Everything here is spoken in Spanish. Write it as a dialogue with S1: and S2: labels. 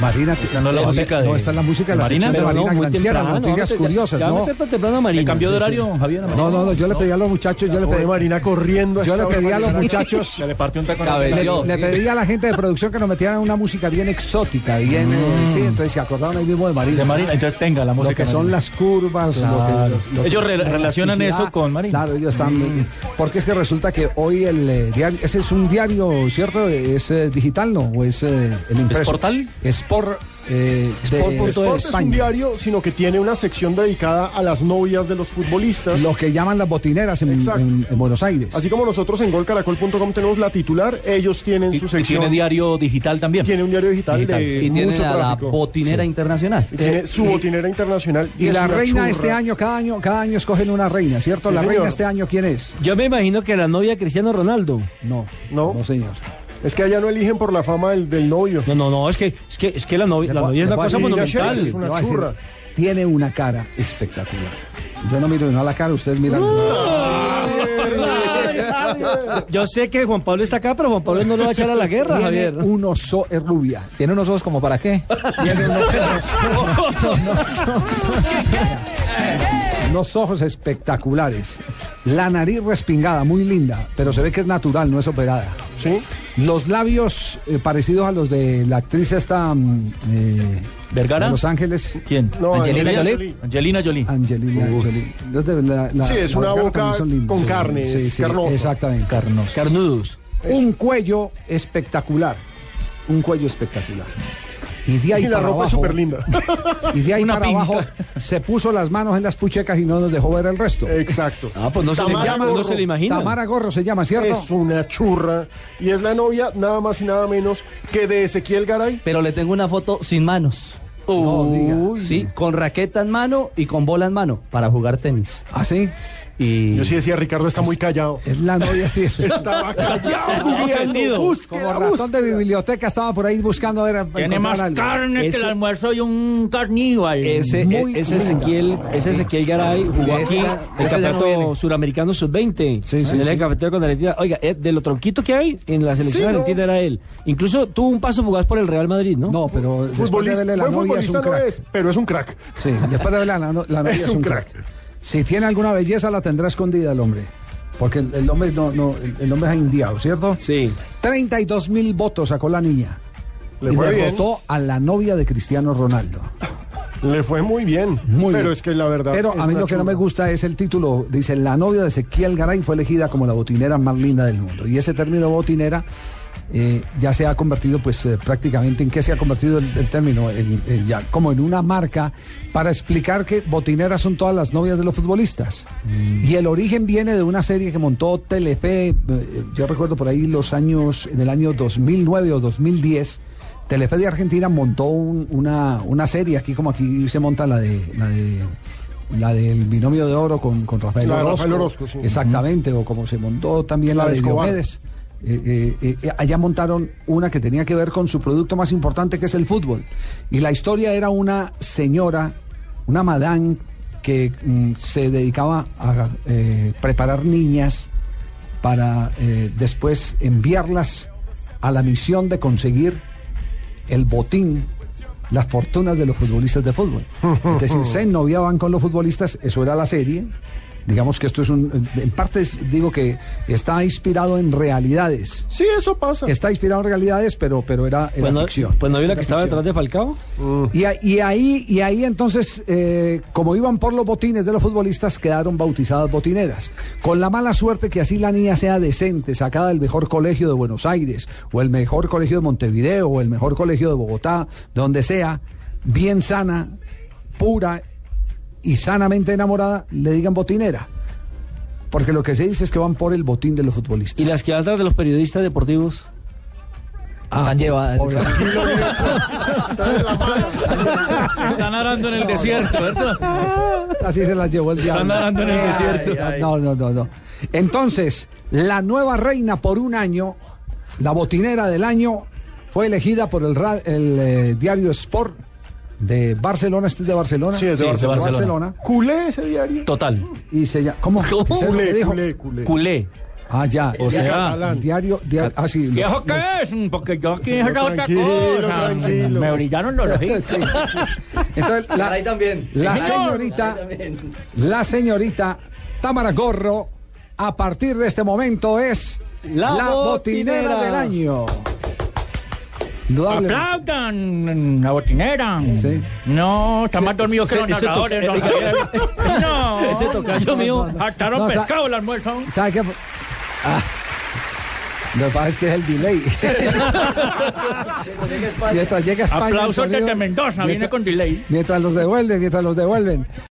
S1: Marina,
S2: Esa no es la
S1: eh,
S2: música de-
S1: no, esta es la música de la
S2: Marina,
S1: sección de
S2: pero
S1: Marina
S2: no, muy
S1: Granciera,
S2: temprano,
S1: noticias
S2: ahora te-
S1: curiosas,
S2: ya
S1: ¿no?
S2: metes tan temprano a Marina, ¿Le cambió de sí, horario, sí. Javier? a Marina?
S1: No, no, no, yo le pedí a los muchachos, yo le pedí,
S3: Pobre Marina corriendo. a
S1: yo le
S3: esta hora
S1: pedí a los
S3: para llegar.
S1: muchachos,
S2: Se le partió un taco.
S1: le,
S2: Cabeció.
S1: le pedí a la gente de producción que nos metieran una música bien exótica, bien,
S3: Mm.
S1: eh, sí, entonces se acordaron ahí mismo de Marina.
S2: De Marina, entonces tenga la
S1: Lo que
S2: música.
S1: son
S2: Marina.
S1: las curvas, lo que-
S2: Claro.
S1: lo que-
S2: Ellos re-
S1: la
S2: relacionan
S1: elasticidad.
S2: eso con Marina.
S1: Claro, ellos están. Porque es que resulta que hoy el eh, diario, ese es un diario, ¿cierto? ¿Es eh, digital, no? ¿O es eh, el impreso?
S2: portal?
S1: Es por. eh, de
S2: Sport.es.
S3: Sport es un diario, sino que tiene una sección dedicada a las novias de los futbolistas.
S1: Lo que llaman las botineras en,
S3: Exacto.
S1: en- en Buenos Aires.
S3: Así como nosotros en golcaracol.com tenemos la titular, ellos tienen
S2: Y,
S3: su
S2: y tiene
S3: sección.
S2: diario digital también.
S3: Tiene un diario digital,
S2: Digital,
S3: de
S2: sí.
S4: Y tienen
S3: mucho
S4: a la
S3: tráfico.
S4: botinera internacional.
S3: Eh, Y tiene su
S1: eh, y-
S3: botinera internacional.
S1: y
S3: es
S1: la
S3: una
S1: reina
S3: churra.
S1: este año, cada año, cada año escogen una reina, ¿cierto?
S3: Sí,
S1: la reina
S3: señor.
S1: este año, ¿quién es?
S5: Yo me imagino que la novia de Cristiano Ronaldo.
S1: No, no,
S3: No.
S1: señor.
S3: Es que allá no eligen por la fama del, del novio.
S5: No, no, no, es que, es que, es que la novia, la
S1: Le voy-
S5: novia es
S1: le
S5: una
S1: voy a
S5: cosa
S1: decir-
S5: monumental.
S3: es una
S1: Le voy a decir,
S3: churra.
S1: Tiene una cara espectacular. Yo no miro no a la cara, ustedes miran.
S5: Yo sé que Juan Pablo está acá, pero Juan Pablo no lo va a echar a la guerra,
S1: Tiene
S5: Javier.
S1: unos ojos, es rubia. Tiene unos ojos como para qué. Tiene unos Unos ojos espectaculares. La nariz respingada, muy linda, pero se ve que es natural, no es operada.
S3: ¿Sí?
S1: Los labios eh, parecidos a los de la actriz esta mm, eh,
S2: ¿Vergara?
S1: de Los Ángeles,
S2: ¿Quién?
S3: No,
S4: Angelina Jolie.
S2: Angelina Jolie.
S1: Angelina Jolie. Los de la- la-
S3: Sí, es
S1: la
S3: una
S1: Vergara
S3: boca
S1: también son lindos.
S3: con carne,
S1: Sí,
S3: es
S1: sí,
S3: carnoso.
S1: exactamente.
S2: Carnos. Carnudos.
S1: Un cuello espectacular. Un cuello espectacular. Y de ahí
S3: Y la
S1: para
S3: ropa es
S1: abajo,
S3: súper linda.
S1: Y de ahí
S2: Una
S1: para
S2: pinta.
S1: abajo se puso las manos en las puchecas y no nos dejó ver el resto.
S3: Exacto.
S5: Ah, pues no se, le
S3: Eh, Tamara
S5: llama, no
S3: Gorro.
S5: se le imagina.
S1: Tamara Gorro se llama, ¿cierto?
S3: Es una churra. Y es la novia nada más y nada menos que de Ezequiel Garay.
S4: Pero le tengo una foto sin manos.
S1: No, diga.
S4: Uy, Sí, con raqueta en mano y con bola en mano para jugar tenis.
S1: ¿Ah, sí?
S4: Y
S3: Yo sí decía, Ricardo está muy callado.
S1: Es la novia, sí. es-
S3: Estaba callado, Juliano.
S5: ofendido.
S1: Como
S3: Búsqueda,
S1: ratón de
S3: búsqueda.
S1: biblioteca estaba por ahí buscando a ver.
S5: Tiene más
S1: encontrar algo.
S5: carne que el
S2: Ese-
S5: almuerzo y un carníval.
S2: Ese-
S1: Muy
S5: ese
S1: linda.
S5: Ezequiel, ese Ezequiel Garay jugó
S4: Ese
S5: aquí el
S4: ya- ese ya no
S5: campeonato
S4: viene.
S5: suramericano sub-20.
S1: Sí, sí,
S5: en el
S1: sí.
S5: cafetero con Argentina. Oiga, eh, de lo tronquito que hay en la selección
S3: Sí, ¿no?
S5: argentina era él. Incluso tuvo un paso fugaz por el Real Madrid, ¿no?
S1: No, pero después de
S3: Futbolista,
S1: verle la
S3: buen
S1: novia es un
S3: futbolista no
S1: crack.
S3: es, pero es un crack.
S1: Sí, después de verla, la, no- la novia es,
S3: un
S1: un crack.
S3: crack.
S1: Si tiene alguna belleza, la tendrá escondida el hombre. Porque el, el hombre no, no, el, el hombre es indiado, ¿cierto?
S5: Sí.
S1: 32 mil votos sacó la niña.
S3: Le
S1: y
S3: fue bien.
S1: derrotó a la novia de Cristiano Ronaldo.
S3: Le fue muy bien.
S1: Muy
S3: pero
S1: bien.
S3: es que la verdad.
S1: Pero
S3: es
S1: a mí
S3: una
S1: lo que no
S3: churra.
S1: me gusta es el título. Dice, la novia de Ezequiel Garay fue elegida como la botinera más linda del mundo. Y ese término botinera eh, ya se ha convertido, pues eh, prácticamente, ¿en qué se ha convertido el, el término? En- en ya, como en una marca para explicar que botineras son todas las novias de los futbolistas. Y el origen viene de una serie que montó Telefe, eh, yo recuerdo por ahí los años, en el año 2009 o 2010. Telefe de Argentina montó un- una, una serie, aquí como aquí se monta la de la de la del binomio de oro con, con Rafael
S3: La de
S1: Orozco.
S3: Rafael Orozco, sí.
S1: Exactamente, o como se montó también la,
S3: La de
S1: de
S3: Escobar.
S1: Diomedes. Eh, eh, eh, allá montaron una que tenía que ver con su producto más importante que es el fútbol. Y la historia era una señora, una madame que mm, se dedicaba a eh, preparar niñas para eh, después enviarlas a la misión de conseguir el botín, las fortunas de los futbolistas de fútbol. Es decir, se noviaban con los futbolistas, eso era la serie. Digamos que esto es un. En parte es- digo que está inspirado en realidades.
S3: Sí, eso pasa.
S1: Está inspirado en realidades, pero, pero era, era
S5: Pues no,
S1: ficción.
S5: pues no había la
S1: Era
S5: que estaba
S1: ficción.
S5: detrás de Falcao.
S3: Mm.
S1: Y, a- y ahí, y ahí entonces, eh, como iban por los botines de los futbolistas, quedaron bautizadas botineras. Con la mala suerte que así la niña sea decente, sacada del mejor colegio de Buenos Aires, o el mejor colegio de Montevideo, o el mejor colegio de Bogotá, donde sea, bien sana, pura y sanamente enamorada le digan botinera. Porque lo que se dice es que van por el botín de los futbolistas.
S5: Y las que hablan de los periodistas deportivos.
S4: Están llevadas.
S1: Por la-
S2: Están arando en el desierto, ¿verdad?
S1: Así se las llevó el diablo.
S2: Están arando en el desierto.
S1: No, no, no, no. Entonces, la nueva reina por un año, la botinera del año, fue elegida por el, ra- el, eh, diario Sport de Barcelona, este es de Barcelona.
S3: Sí, es de
S2: Sí, es de
S3: Barcelona.
S1: Barcelona.
S3: ¿Culé ese diario?
S2: Total.
S1: Y se llama, ¿cómo?
S2: ¿Cómo?
S1: ¿Qué es eso que
S3: Culé,
S1: dijo?
S3: culé, culé.
S2: Culé.
S1: Ah, ya.
S2: O sea,
S1: El diario, diario, ah, sí,
S2: ¿Qué
S1: lo-
S2: eso qué es? Porque yo aquí he sacado otra
S3: Tranquilo,
S2: cosa.
S3: tranquilo.
S2: Me brillaron los ojitos.
S1: Sí, sí, sí. Entonces, la,
S4: también.
S1: la señorita, la señorita Tamara Gorro, a partir de este momento es la,
S2: La
S1: botinera.
S2: botinera.
S1: del año. Indudable.
S2: Aplaudan la botinera.
S1: Sí.
S2: No, está más dormido que
S5: ese-
S2: los
S5: ese toca-
S2: narradores. don
S5: eh,
S2: Javier. No,
S5: ese tocayo mío.
S2: Hartaron
S1: No, o sea-
S2: pescado el almuerzo.
S1: ¿Sabe qué? Ah. Lo que pasa es que es el delay. mientras llega a España. el
S2: Aplausos
S1: sonido-
S2: desde Mendoza, viene
S1: mientras-
S2: con delay.
S1: Mientras los devuelven, mientras los devuelven.